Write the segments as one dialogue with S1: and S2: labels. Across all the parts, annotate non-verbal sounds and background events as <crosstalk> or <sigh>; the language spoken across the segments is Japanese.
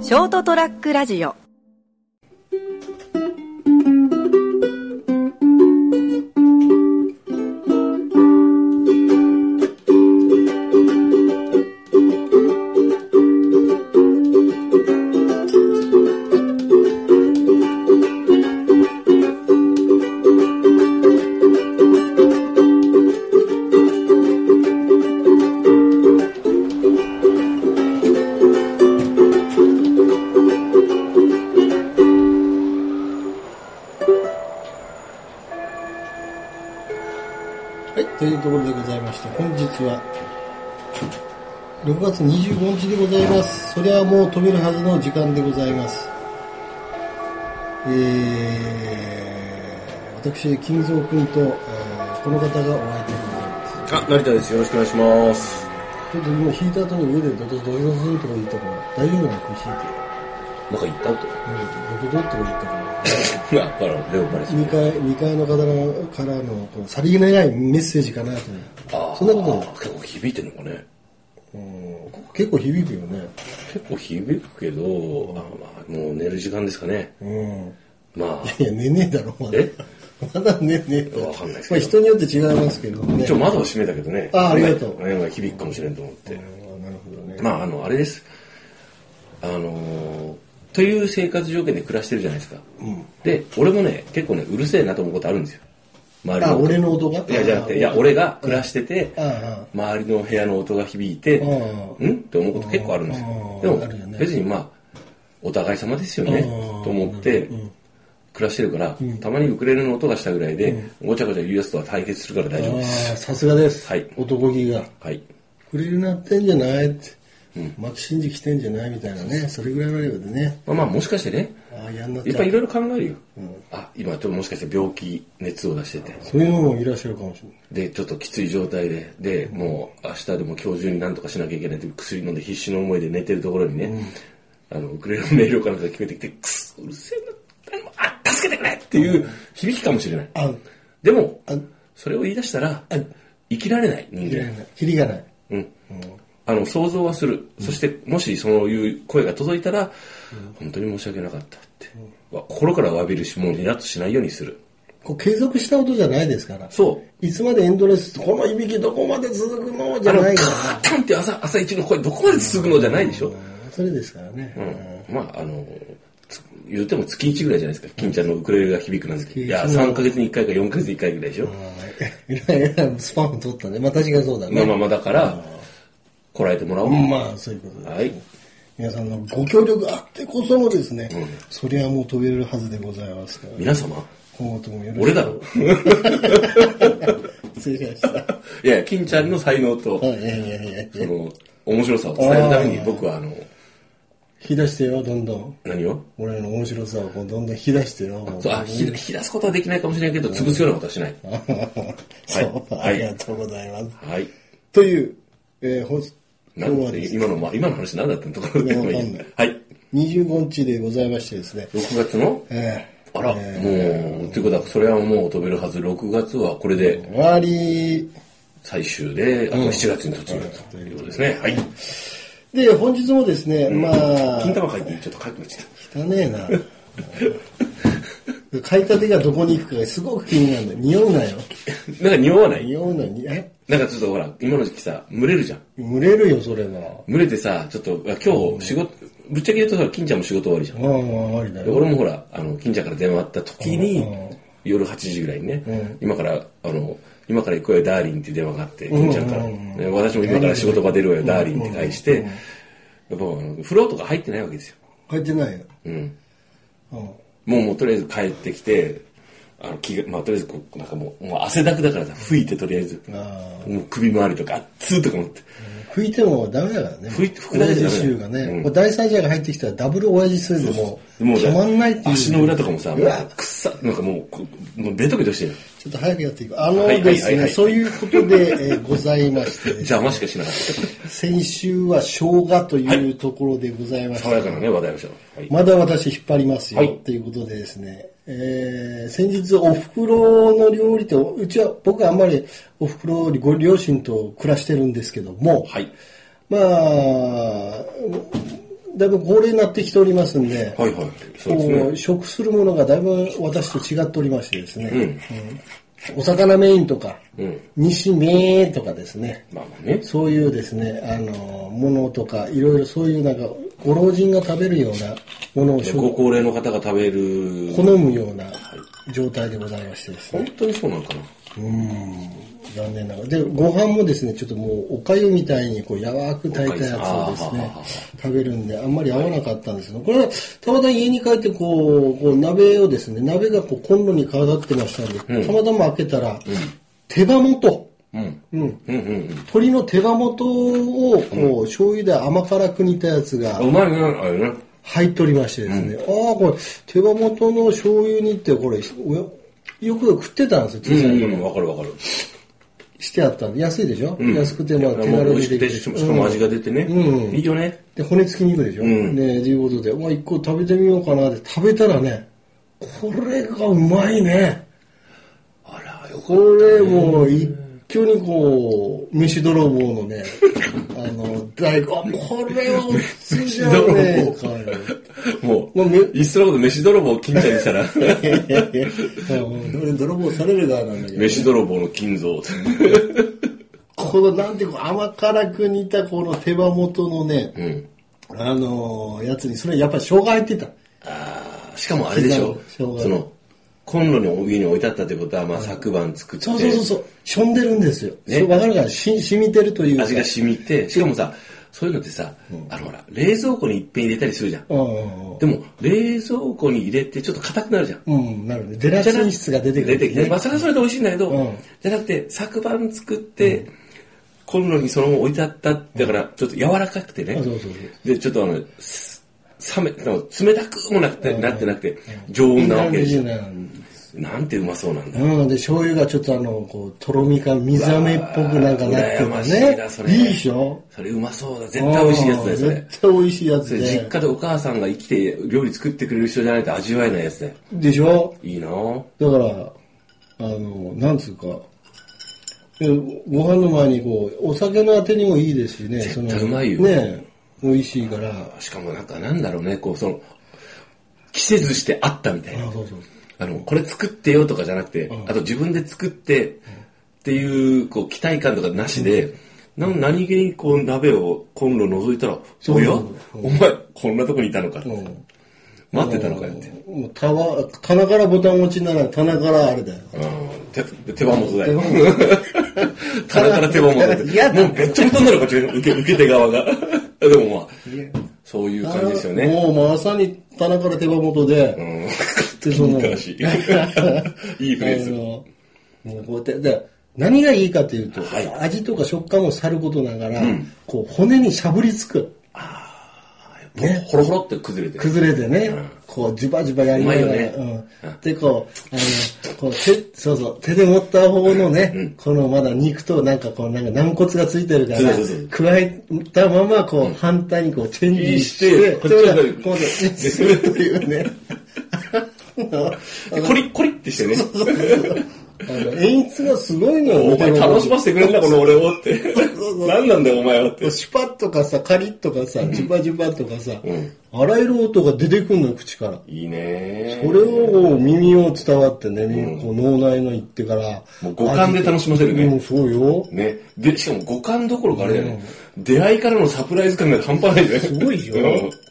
S1: ショートトラックラジオ
S2: はい、というところでございまして、本日は、6月25日でございます。それはもう飛べるはずの時間でございます。えー、私、金蔵君と、えーこの方がお相手でございます。
S3: あ、成田です。よろしくお願いします。
S2: ちょっと今引いた後に腕でドドドドドドとか言ったから、大丈夫なのか引いて。
S3: なんか言ったと。
S2: うん、ドドドって言ったから、
S3: あ、だから、レオパレス。
S2: 2階、二階の方からの、こうさりげないメッセージかなと思
S3: ああ、
S2: そんなことない
S3: 結構響いてるのかね。
S2: う。うん、結構響くよね。
S3: 結構響くけど、あまあ、もう寝る時間ですかね。
S2: うん。
S3: まあ、
S2: <laughs> いや、寝ねえだろ、まだ
S3: え。
S2: まだ寝ねえだろ
S3: わかんないですけど
S2: まあ人によって違いますけどね。
S3: 一応窓を閉めたけどね。
S2: あありがとう
S3: ねね響くかもしれんと思っ
S2: あ。
S3: て
S2: ーなるほどね。
S3: まあ、あの、あれです。あのーという生活条件で暮らしてるじゃないですか。
S2: うん。
S3: で、俺もね、結構ね、うるせえなと思うことあるんですよ。周り
S2: あ、
S3: の音
S2: 俺の音が
S3: いや、じゃなくて、いや、俺が暮らしてて、
S2: ああ
S3: 周りの部屋の音が響いて、
S2: う
S3: うんって思うこと結構あるんですよ
S2: うん。
S3: で
S2: あるよ
S3: も
S2: ね、
S3: 別にまあ、お互い様ですよね
S2: うん、
S3: と思って、暮らしてるから、たまにウクレレの音がしたぐらいで、ごちゃごちゃ言うやつとは対決するから大丈夫
S2: ああ
S3: です。
S2: さすがです。
S3: はい
S2: 男気が。
S3: はい。
S2: フリルなってんじゃないって。マキシンジ来てんじゃないみたいなね。それぐらいまででね。
S3: まあまあ、もしかしてね、
S2: ああ、やんなっ
S3: い
S2: ち
S3: っ
S2: ゃ
S3: ぱ
S2: う
S3: いいろいろ考えるよ。あ、今ちょっともしかして病気、熱を出してて。
S2: そういうのもいらっしゃるかもしれない。
S3: で、ちょっときつい状態で、で、もう明日でも今日中になんとかしなきゃいけないって薬飲んで必死の思いで寝てるところにね、あの、ウクレレの音色かなんか聞こえてきて、くそうるせえな、あ、助けてくれっていう響きかもしれない。
S2: あ、
S3: でも
S2: あ、
S3: それを言い出したら、生きられない人
S2: いられ
S3: 間。
S2: ない。キリがない。
S3: うん。あの、想像はする。そして、もしそういう声が届いたら、本当に申し訳なかったって。わ心から詫びるし、もう二度としないようにする。
S2: こう継続した音じゃないですから。
S3: そう。
S2: いつまでエンドレス、このいびきどこまで続くのじゃ
S3: あの、カ
S2: ないから
S3: ータンって朝、朝一の声どこまで続くのじゃないでしょ。
S2: うんそれですからね。
S3: うんまあ、あの、つ言っても月1ぐらいじゃないですか。金ちゃんのウクレレが響くなんて。
S2: 一
S3: いや、3ヶ月に1回か4ヶ月に1回ぐらいでしょ。
S2: はいいやいや、スパン取ったね。まあ確かにそうだね。
S3: まあまあまあ、だから、こらえてもらおう。
S2: うんまあ、そういうことで。
S3: はい。
S2: 皆さんのご協力あってこそのですね、それはもう飛べるはずでございますから、
S3: 皆様、
S2: 今後ともよろ
S3: 俺
S2: しく。
S3: だろ。
S2: 失礼しました。
S3: いや、金ちゃんの才能と、
S2: はいいやいやいやい
S3: そ
S2: や。
S3: の、面白さを伝えるために僕は、あの、
S2: 引き出してよ、どんどん。
S3: 何を
S2: 俺の面白さをこうどんどん引き出してよ。もう
S3: そうあ、ひ引き出すことはできないかもしれないけど、潰すようなことはしない。
S2: そう、
S3: はい
S2: ありがとうございます。
S3: はい。
S2: という、えー、ほす今
S3: な
S2: 日
S3: ん
S2: は
S3: で
S2: ですね、
S3: 今の、まあ、今の話何だったのところでも
S2: い
S3: い
S2: やわかん
S3: い
S2: ない。
S3: はい。
S2: 25日でございましてですね、
S3: 6月の
S2: えー
S3: あら、もう、ということは、それはもう飛べるはず、6月はこれで
S2: 終わり。
S3: 最終で、あと7月に突入ということですね。はい。
S2: で、本日もですね、まあ、
S3: 金玉書いていい、ちょっと書いてみちゃった。
S2: 汚ねえな。 <laughs> 買いたてがどこに行くかがすごく気になるんだよ。匂うなよ。
S3: なんか匂わない
S2: 匂うなよ。にえ
S3: なんかちょっとほら、今の時期さ、蒸れるじゃん。
S2: 蒸れるよ、それは。
S3: 蒸れてさ、ちょっと、あ今日、仕事、ぶっちゃけ言うとさ、金ちゃんも仕事終わりじゃん。
S2: ああ、ありだ
S3: で
S2: よ。
S3: 俺もほら、あの、金ちゃんから電話あった時に、夜8時ぐらいにね、今から、あの、今から行くわよ、ダーリンっていう電話があって、金ちゃんから、ね私も今から仕事場出るわよ、ダーリンって返して、やっぱあの、風呂とか入ってないわけですよ。
S2: 入ってないよ。
S3: うん。
S2: うん。
S3: もうもうとりあえず帰ってきて、あの気がまあ、とりあえずこうなんかもうもう汗だくだからさ、吹いてとりあえず、
S2: あ
S3: もう首周りとか、あっつーとか思って、
S2: 拭いてもダメだからね。
S3: 拭いて拭かな
S2: 親
S3: いとダメだ
S2: 父臭がね。
S3: うん
S2: もう第三者が入ってきたらダブル親父臭でもう、
S3: もう
S2: たまんないっていう。
S3: 足の裏とかもさ、も
S2: うわ
S3: うくっさ、なんかもうこう、もうベトベトしてる。
S2: ちょっと早くやっていく。あの
S3: はい
S2: ですね、
S3: はいはいはい
S2: そういうことで、えーございましてですね、
S3: 邪魔しかしなかった。
S2: 先週は生姜というところでございまして、
S3: 爽やかなね、話題をしたの。はい
S2: まだ私引っ張りますよ、
S3: はい
S2: ということでですね、えー先日お袋の料理と、うちは僕はあんまりお袋にご両親と暮らしてるんですけども、
S3: はい。
S2: まあ、だいぶ高齢になってきておりますんで、
S3: はいはい。そうです
S2: こう
S3: ね。
S2: 食するものがだいぶ私と違っておりましてですね、うんお魚メインとか、西メーとかですね、
S3: まあまあね。
S2: そういうですね、あの、ものとか、いろいろそういうなんか、ご老人が食べるようなものを食
S3: ご高齢の方が食べる。
S2: 好むような状態でございましてですね。
S3: 本当にそうなのかな。
S2: 残念ながら。で、ご飯もですね、ちょっともう、おかゆみたいに、こう、柔らく炊いたやつをですね
S3: お粥、
S2: 食べるんで、あんまり合わなかったんですけど、これは、たまたま家に帰って、こう、こう鍋をですね、鍋がこう、コンロに飾ってましたんで、たまたま開けたら、手羽元。
S3: うん。
S2: うん。
S3: うんうん
S2: 鶏の手羽元を、こう、醤油で甘辛く煮たやつが
S3: うん。う、まいね。あれね。
S2: 入っておりましてですね、ああ、これ、手羽元の醤油煮って、これ、およよく食ってたんですよ、小さい頃
S3: うんうん。わかるわかる。
S2: してあったんで、安いでしょ、
S3: うん
S2: 安くて、まあ、
S3: いや
S2: 手
S3: もう
S2: 軽
S3: 美味
S2: に
S3: しく
S2: で
S3: て、
S2: き。
S3: してかも味
S2: うん
S3: が出てね。
S2: うん
S3: いいよね。
S2: で、骨付き肉でしょ、
S3: ん
S2: ねということで、まあ、一個食べてみようかなって食べたらね、これがうまいね。
S3: あら、よか
S2: これもう一挙にこう、飯泥棒のね、 <laughs> あの、大根、あこれはおつじゃねえかよ。 <laughs>
S3: も
S2: もうめ
S3: う、いっそのこと飯泥棒を金ちゃんにしたら、 <laughs>
S2: 俺泥棒される側なんだけど。
S3: 飯泥棒の金蔵。
S2: このなんていうか甘辛く煮たこの手羽元の
S3: う
S2: ね、
S3: ん。
S2: あのーやつに、それやっぱり生姜入ってた。
S3: ああ、しかもあれでしょ。
S2: 生
S3: そ
S2: 姜
S3: の、コンロの上に置いてあったってことは、まあ昨晩作って、
S2: そうそうそうそう、しょんでるんですよ。
S3: ね
S2: それわかるからし、染みてるというか。
S3: 味が染みて、しかもさ、そういうのってさ、あのほら、冷蔵庫にいっぺん入れたりするじゃん。
S2: うんうんうん
S3: でも、冷蔵庫に入れてちょっと硬くなるじゃん。
S2: うん、なるほど。ゼラチン質が出てくる。
S3: 出てきて、まあ、それはそれで美味しいんだけど、
S2: うん
S3: じゃなくて、昨晩作って、コンロにそのまま置いてあった、だから、ちょっと柔らかくてね、
S2: あそうそう
S3: で、ちょっとあの、す冷め、あの冷たくもなくて、なってなくて、常温なわけですよ。
S2: ね。
S3: なんてうまそうなんだ。
S2: うん、で、醤油がちょっとあの、こう、とろみか、水飴っぽくなんかなって
S3: う
S2: る
S3: わー羨ましいなそ
S2: ね。
S3: れ
S2: いいでしょ
S3: それうまそうだ。絶対美味しいやつだよ、そ
S2: うん
S3: れ。
S2: 絶対美味しいやつ
S3: それ実
S2: で。
S3: 家でお母さんが生きて料理作ってくれる人じゃないと味わえないやつだよ。
S2: でしょ
S3: いいなぁ。
S2: だから、あの、なんつうか、でご飯の前にこう、お酒のあてにもいいですしね、その
S3: 対うまいよ
S2: ね、美味しいから、あ、
S3: しかもなんかなんだろうね、こう、その、季節してあったみたいな。
S2: そうそう。
S3: あの、これ作ってよとかじゃなくて、あと自分で作ってっていう、こう、期待感とかなしで、な何気にこう、鍋をコンロ覗いたら、
S2: そう
S3: おや
S2: うん
S3: お前、こんなとこにいたのか。
S2: ん
S3: 待ってたのかよって。
S2: もうたわ棚からボタン持ちなら棚からあれだよ。
S3: うん手手羽元だよ。棚から手羽元だよ。
S2: いや
S3: もうめっちゃ太んだろ、こっち受け受け手側が。 <laughs> でもまあ、そういう感じですよね。
S2: もうまさに棚から手羽元で、でその、
S3: いい話いいフレーズ
S2: あのもうこうやって、で何がいいかというと、
S3: はい
S2: 味とか食感もさることながら、こう骨にしゃぶりつく。
S3: ね、ほろほろって崩れてる。
S2: 崩れてね、こう、じばじばやりながら、
S3: うまいよね
S2: うん。で、こう、あの、こう、手、そうそう、手で持った方のね、このまだ肉となんかこう、なんか軟骨がついてるから
S3: そうそうそう、
S2: 加えたまま、こう、反対にこう、チェンジして、
S3: してこっちが
S2: でこうね、するというね。
S3: コリッコリってしてね。
S2: あの演出がすごいのよ、
S3: お前楽しませてくれんだ、この俺をって
S2: そうそ。う
S3: 何なんだよ、お前はって。
S2: シュパッとかさ、カリッとかさ、ジュバジュバとかさ、
S3: ん
S2: あらゆる音が出てくるのよ、口から。
S3: いいね
S2: これをこう耳を伝わってね、こう脳内の言ってから。
S3: もう五感で楽しませるね
S2: うん、そうよ。
S3: ね。で、しかも五感どころかあれだよね。出会いからのサプライズ感が半端ないね。す
S2: すごいよ。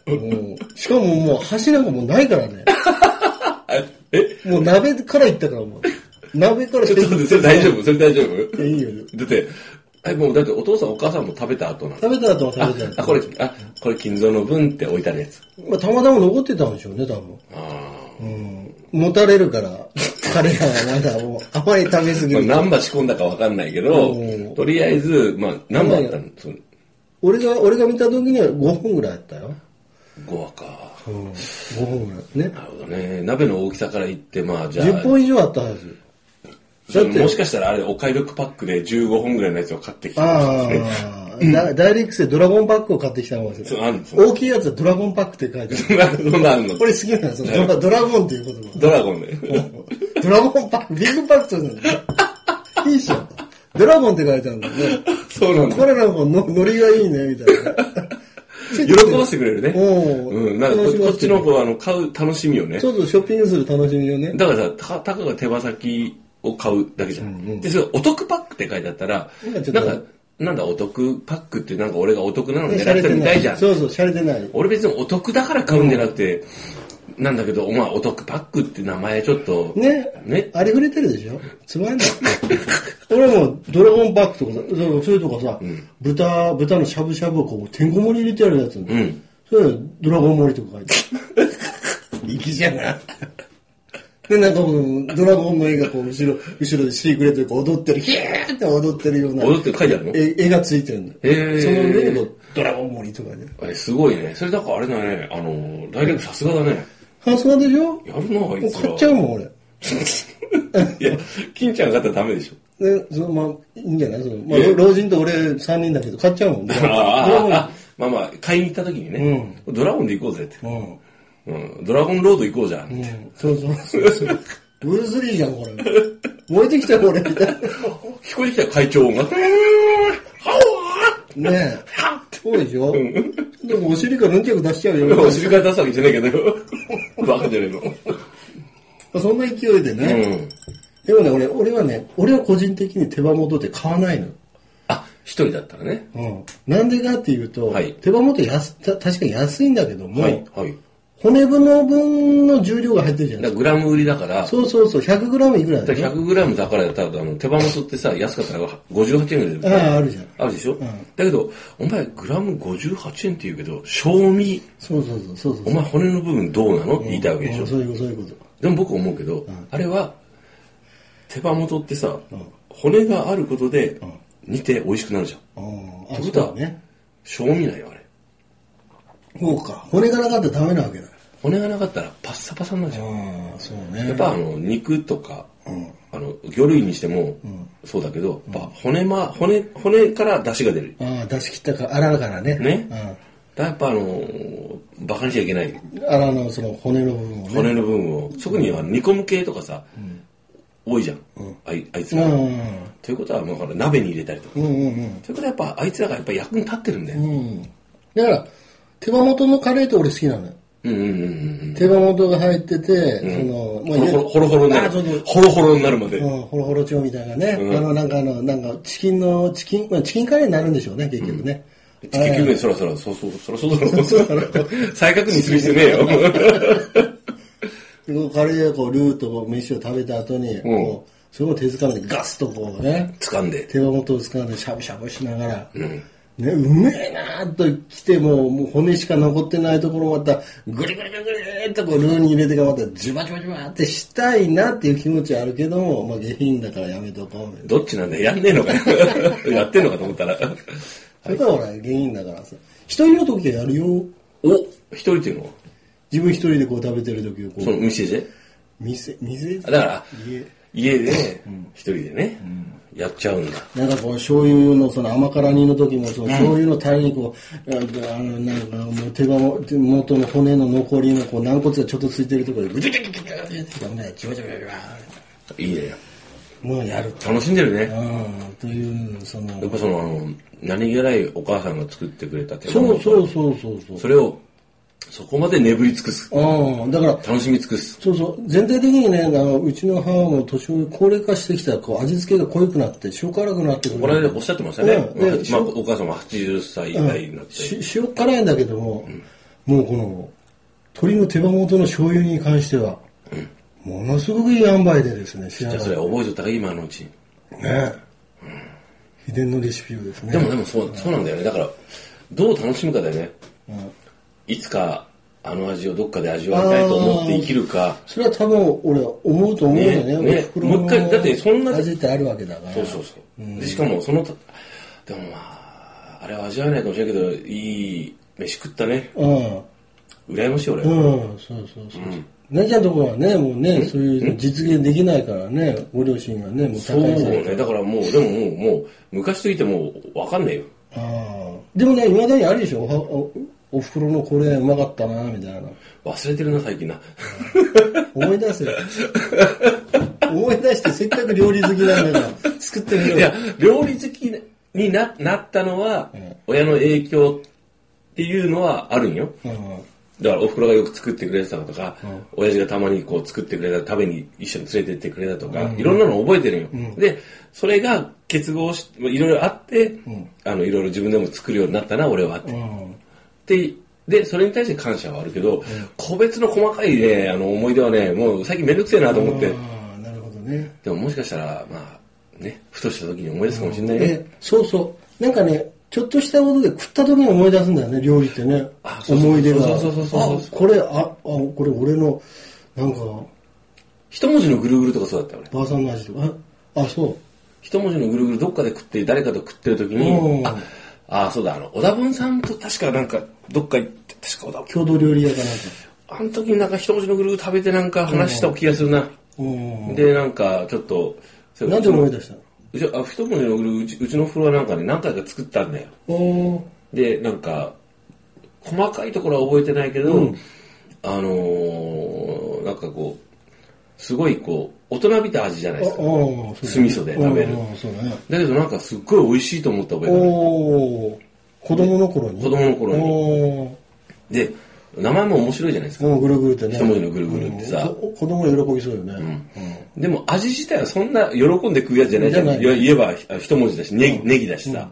S2: うんしかももう箸なんかもうないからね。
S3: <laughs> え
S2: もう鍋から行ったからもう。鍋から
S3: ちょっと待って、それ大丈夫それ大丈夫
S2: いやいいよ。
S3: だって、えもうだってお父さんお母さんも食べた後なの。
S2: 食べた後は食べた
S3: あ、これ、あ、これ金蔵の分って置いてあるやつ。
S2: まあ、たまたま残ってたんでしょうね、多分。うん。持たれるから、彼らはまだもう、あまり食べ過ぎ
S3: まあ
S2: る。
S3: 何羽仕込んだかわかんないけど
S2: うん、
S3: とりあえず、まあ、何羽あったのその
S2: 俺が、俺が見た時には5分ぐらいあったよ。
S3: 五羽か。
S2: うん。5分ぐらい。ね。
S3: なるほどね。鍋の大きさから言って、まあ、じゃあ
S2: 10、本以上あったはず。
S3: そ
S2: だって
S3: のもしかしたらあれ、お買い得パックで15本ぐらいのやつを買ってきたかもしれないですね。
S2: ああ、だダイレックスでドラゴンパックを買ってきたのかもしれ
S3: そう
S2: な
S3: あ
S2: い
S3: るんですよ
S2: 大きいやつはドラゴンパックって書いてある。
S3: そんなそんなあるの
S2: これ好きなんですよ。ドラドラゴンっていう言葉。
S3: ドラゴンで。
S2: ドラゴンパック、ビッグパックって言うんだよ。いいっしょ。ドラゴンって書いてあるんだよね。
S3: そうなんだ。 <laughs>
S2: これなんかのノリがいいね、みたいな。
S3: 喜ばせてくれるね。
S2: おー
S3: うん。なんかこ
S2: 楽しませて
S3: こっちのこうあの、買う楽しみをね
S2: ち。ょっとショッピングする楽しみよね。
S3: だからさ、たたかが手羽先を買うだけじゃん。で、それお得パックって書いてあったら、
S2: なんかちょっ
S3: な
S2: と
S3: んか、なんだお得パックってなんか俺がお得なの
S2: ね
S3: 狙ってたみたいじゃん。
S2: そうそう、しゃれてない。
S3: 俺別にお得だから買うんじゃなくて、なんだけど、お前お得パックって名前ちょっと、
S2: ね。
S3: ね
S2: ありふれてるでしょつまんない。俺もドラゴンバックとかさ、そうそれとかさ、豚、豚のしゃぶしゃぶをこう、てんこ盛り入れてあるやつ。
S3: ん
S2: それドラゴン盛りとか書いて
S3: <laughs>
S2: ある。粋じゃない。で、なんかこのドラゴンの絵がこう、後ろ、後ろでシークレットでこう踊ってる、ヒーって踊ってるような。
S3: 踊って書いてあるの
S2: 絵絵がついてるんだ。
S3: へー
S2: その上にこうドラゴン盛りとかね。
S3: えすごいね。それだからあれだね、あの、大学さすがだね。
S2: あ、そうでしょ
S3: やるな、あ
S2: も
S3: いうつら。
S2: 買っちゃうもん、俺。
S3: <laughs> いや、金ちゃんが買ったらダメでし
S2: <laughs>
S3: ょ。
S2: で、そのまあ、いいんじゃないその、まあ、老人と俺3人だけど、買っちゃうもんね。
S3: <laughs> ああ
S2: ドラゴン
S3: ああ、あまあまあ、買いに行った時にね、ドラゴンで行こうぜって。
S2: うん。
S3: うん、ドラゴンロード行こうじゃん。
S2: うん。そうそうそうそう。ブルース・リーじゃん、これ。燃えてきたよ、俺、みたい
S3: 聞こえてきたよ会長
S2: <laughs>
S3: 音が。
S2: な。ねえ。そうでしょでも、お尻からうんちゃく出しちゃうよ。
S3: お尻から出すわけじゃないけど。 <laughs> バカじゃないの。
S2: そんな勢いでね。
S3: うん。
S2: でもね、俺、俺はね、俺は個人的に手羽元って買わないの。
S3: あ、一人だったらね。
S2: うん。なんでかっていうと、
S3: はい
S2: 手羽元安た確かに安いんだけども、
S3: はい。はい。
S2: 骨分の分の重量が入ってるじゃ
S3: だ
S2: な
S3: か
S2: い
S3: らグラム売りだから、
S2: そうそうそう、100g いくらだ
S3: だ
S2: よ、ね。
S3: 100グラムだから多分あの手羽元ってさ、安かったら58円ぐらいで売ってる
S2: ああ、あるじゃん。
S3: あるでしょ、だけど、お前グラム58円って言うけど、賞味、
S2: そうそうそうそうそう。
S3: お前骨の部分どうなのって言いたいわけでしょ、
S2: うんそういうこと、そういうこ
S3: でも僕思うけど、あれは手羽元ってさ、骨があることで煮て美味しくなるじゃん。
S2: と。うん
S3: って
S2: あ、
S3: こと
S2: そう
S3: は
S2: だね。
S3: 賞味ないよ、あれ。
S2: そうか。骨がなかったらダメなわけだ。
S3: 骨がなかったらパッサパサになるじゃん。
S2: ああ、そうね。
S3: やっぱあの肉とか、あの魚類にしてもそうだけど、やっぱ骨ま骨骨から出汁が出る。
S2: ああ、出し切ったか、洗うからね。
S3: ね。だからやっぱあのーバカにしちゃいけない
S2: うん。洗うの、その骨の部分をね。
S3: 骨の部分を、特にあの煮込む系とかさ、多いじゃん、あいあいつら。ということはもうほら鍋に入れたりとか。
S2: うんうんうんうん。
S3: ということはやっぱあいつらがやっぱ役に立ってるんだよ。
S2: うん。だから、手羽元のカレーって俺好きなのよ。
S3: うんうんうんうん。
S2: 手羽元が入ってて、その、
S3: ほろほろほろほろにな
S2: あ
S3: る
S2: そうそう。
S3: ほろほろになるまで。
S2: うん、ホロホロ調みたいなね、あのなんかあのなんかチキンのチキンまあチキンカレーになるんでしょうね結局ね、あ
S3: 結局ね、そらそら、そうそう、そら <laughs> そら、そらそら、再確認する必要ねえよ。 <laughs>
S2: カレーをこうルーとこう飯を食べた後に、こうそれを手掴んでガスとこうね
S3: 掴んで。
S2: 手羽元を掴んでしゃぶしゃぶしながら、ね、うめえなーと来てももう骨しか残ってないところをまたぐりぐりぐりぐりーっとこうルーに入れてからまたジュバジュバジュバってしたいなっていう気持ちはあるけども、まあ、下品だからやめとこうみたいな
S3: どっちなんだよやんねえのかよ。 <laughs> やってんのかと思ったら。
S2: それからほら下品だからさ一人の時はやるよ
S3: お一人っていうのは
S2: 自分一人でこう食べてる時をこ
S3: そうの店で
S2: 店店
S3: だから、
S2: 家
S3: 家で、一人でね、やっちゃうんだ。
S2: なんかこう醤油のその甘辛煮の時もそう醤油のタレにこう、ああのなんかもう手羽元の骨の残りのこう軟骨がちょっとついてるところでぐちゃぐちゃぐちゃぐちゃってやねジュワジュワジュワ
S3: いいね。
S2: もうやる
S3: 楽しんでる
S2: う
S3: ね。
S2: んというその
S3: やっぱその、あの、何気ないお母さんが作ってくれた手羽
S2: そう
S3: 元
S2: そうそうそうそう
S3: それを、そこまで眠り尽くす。
S2: うんだから
S3: 楽しみ尽くす。
S2: そうそう全体的にねあのうちの母も年上高齢化してきたらこう味付けが濃くなって塩辛くなってくる
S3: この間おっしゃってましたね。
S2: うんで
S3: まあ、お母様80歳代になって。
S2: し塩辛いんだけども、もうこの鶏の手羽元の醤油に関しては、ものすごくいい塩梅でですね幸
S3: じゃあそ
S2: せ
S3: れ覚えとったか今のうちに。
S2: ね、秘伝のレシピをですね
S3: でもでもそうそうなんだよね。だから、どう楽しむかだよね。いつか、あの味をどっかで味わいたいと思って生きるか。
S2: それは多分俺は思うと思うんだよね
S3: ねね
S2: お袋の
S3: もう一回だってそんな
S2: 味ってあるわけだから
S3: そうそうそう。でしかも、そのた、でもまあ、あれは味わえないかもしれないけど、いい飯食ったね。
S2: うん
S3: 羨ましい俺。
S2: うん、そうそうそう。ねちゃんとこはね、もうね、そういう実現できないからね、ご両親がね、もう他
S3: そう
S2: 界されて。
S3: ね。だからもう、でももう、もう、昔すぎてもう、わかんねえよ。
S2: ああでもね、いまだにあるでしょ、おはおお袋のこれうまかったな、みたいな。
S3: 忘れてるな、最近な。
S2: 思い出
S3: <laughs>
S2: せよ。思い出して、せっかく料理好きなんだから、作ってみよう。
S3: いや、料理好きにななったのは、親の影響っていうのはあるんよ。だからおふくろがよく作ってくれてたのとか、親父がたまにこう作ってくれた食べに一緒に連れてってくれたとか、いろんなの覚えてるよ、でそれが結合しいろいろあって、あのいろいろ自分でも作るようになったな俺はって、ででそれに対して感謝はあるけど、個別の細かいねあの思い出はねもう最近めんどくせえなと思って、
S2: ああ、なるほどね。
S3: でももしかしたらまあねふとした時に思い出すかもしれないね、
S2: え、そうそう。なんかね、ちょっとしたことで食った時に思い出すんだよね、料理ってね
S3: あ。そうそう
S2: 思い出が。あ
S3: そうそうそうそうそう、
S2: これ、あ、あ、これ俺の、なんか、
S3: 一文字のぐるぐるとかそうだったよね
S2: ばあさんの味とか。あ、あそう。
S3: 一文字のぐるぐるどっかで食って誰かと食ってる時
S2: う
S3: に
S2: ん
S3: ああそうだあの小田文さんと確かなんかどっか行って確か小
S2: 郷
S3: 田文
S2: 土料理屋かなんか。
S3: あの時になんか一文字のぐるぐる食べてなんか話した気がするな、
S2: うん。
S3: でなんかちょっとそれ
S2: なんで思い出したの
S3: うちあ一文字のぐるぐるうちうちのおふくろはなんかね何回か作ったんだよ
S2: おー
S3: でなんか細かいところは覚えてないけど、あのーなんかこうすごいこう大人びた味じゃない
S2: あ
S3: で
S2: あ
S3: すか
S2: ー、
S3: 酢味噌で食べる
S2: うんうんそうだね。
S3: だけどなんかすっごい美味しいと思った覚えがある
S2: おー子供の頃に
S3: 子供の頃に
S2: おー
S3: で名前も面白いじゃないですか、
S2: もうぐるぐるってね。
S3: 一文字のぐるぐるってさ
S2: うん子供喜びそうよね。
S3: でも味自体はそんな喜んで食うやつじゃないじゃん
S2: じゃない
S3: いわ言えばひあ一文字だしネギ,、ネギだしさ、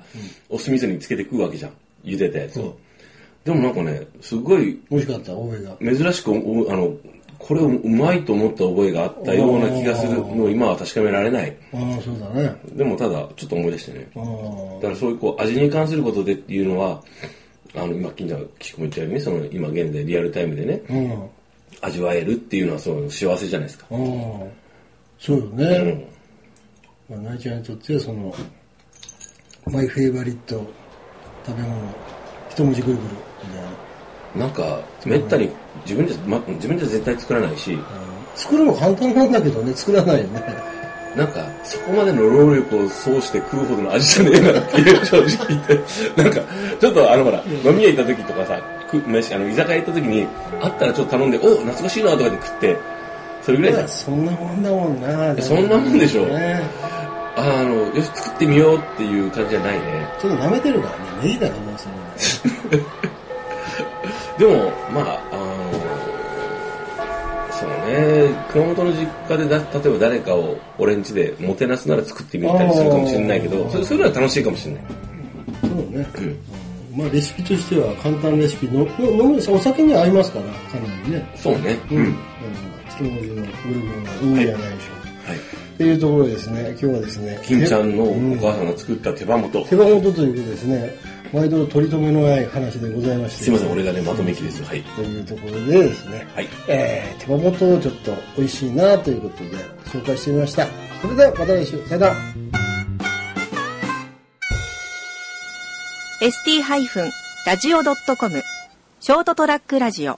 S3: お酢味噌につけて食うわけじゃん茹でたやつを、でもなんかねすごい
S2: 美味しかった、大江が。
S3: 珍しくおおあのこれをうまいと思った覚えがあったような気がするのを今は確かめられない
S2: ああ、そうだね。
S3: でもただちょっと思い出してね
S2: あ
S3: だ
S2: あ
S3: からそういうこう味に関することでっていうのはあの今金ちゃんが聞くも言ったようにねその今現在リアルタイムでね
S2: うん。あ
S3: 味わえるっていうのはそう幸せじゃないですか、
S2: あ。そうよ
S3: う
S2: ね。
S3: ん
S2: まあ、ナイちゃんにとっては、その、マイフェイバリット食べ物、一文字ぐるぐるみたいな。
S3: なんかめったに自分じゃ、ま、自分じゃ絶対作らないし
S2: 作るの簡単なんだけどね、作らないよね。
S3: なんかそこまでの労力をそうして食うほどの味じゃねえなっていう正直言って <laughs> なんかちょっとあのほら飲み屋行った時とかさく飯あの居酒屋行った時にあったらちょっと頼んでお懐かしいなとかで食ってそれぐらいじゃん
S2: そんなもんだもんな。
S3: そんなもんでしょ
S2: ね
S3: あのよし作ってみようっていう感じじゃないね
S2: ちょっと舐めてるからね、ネギだからね、その
S3: でもまああのそうね熊本の実家でだ例えば誰かを俺ん家でもてなすなら作ってみたりするかもしれないけ
S2: あ
S3: ど
S2: ー
S3: それそういうのは楽しいかもしれない
S2: そうね。うんまあレシピとしては簡単レシピの、の飲むお酒には合いますから、かなりね。
S3: そうねうん、
S2: うん。一文字のぐるぐるの海じゃないでしょう。
S3: はい
S2: っていうところですね、今日はですね。
S3: 金ちゃ
S2: 手
S3: んのお母さんが作った手羽元、
S2: 手羽元ということですね、毎度取り留めのない話でございまして。
S3: すいません俺がねまとめきですはい
S2: というところでですね、
S3: はい
S2: えー手羽元をちょっと美味しいなということで紹介してみました。それではまた来週、さよなら。
S1: ST-radio.com ショートトラックラジオ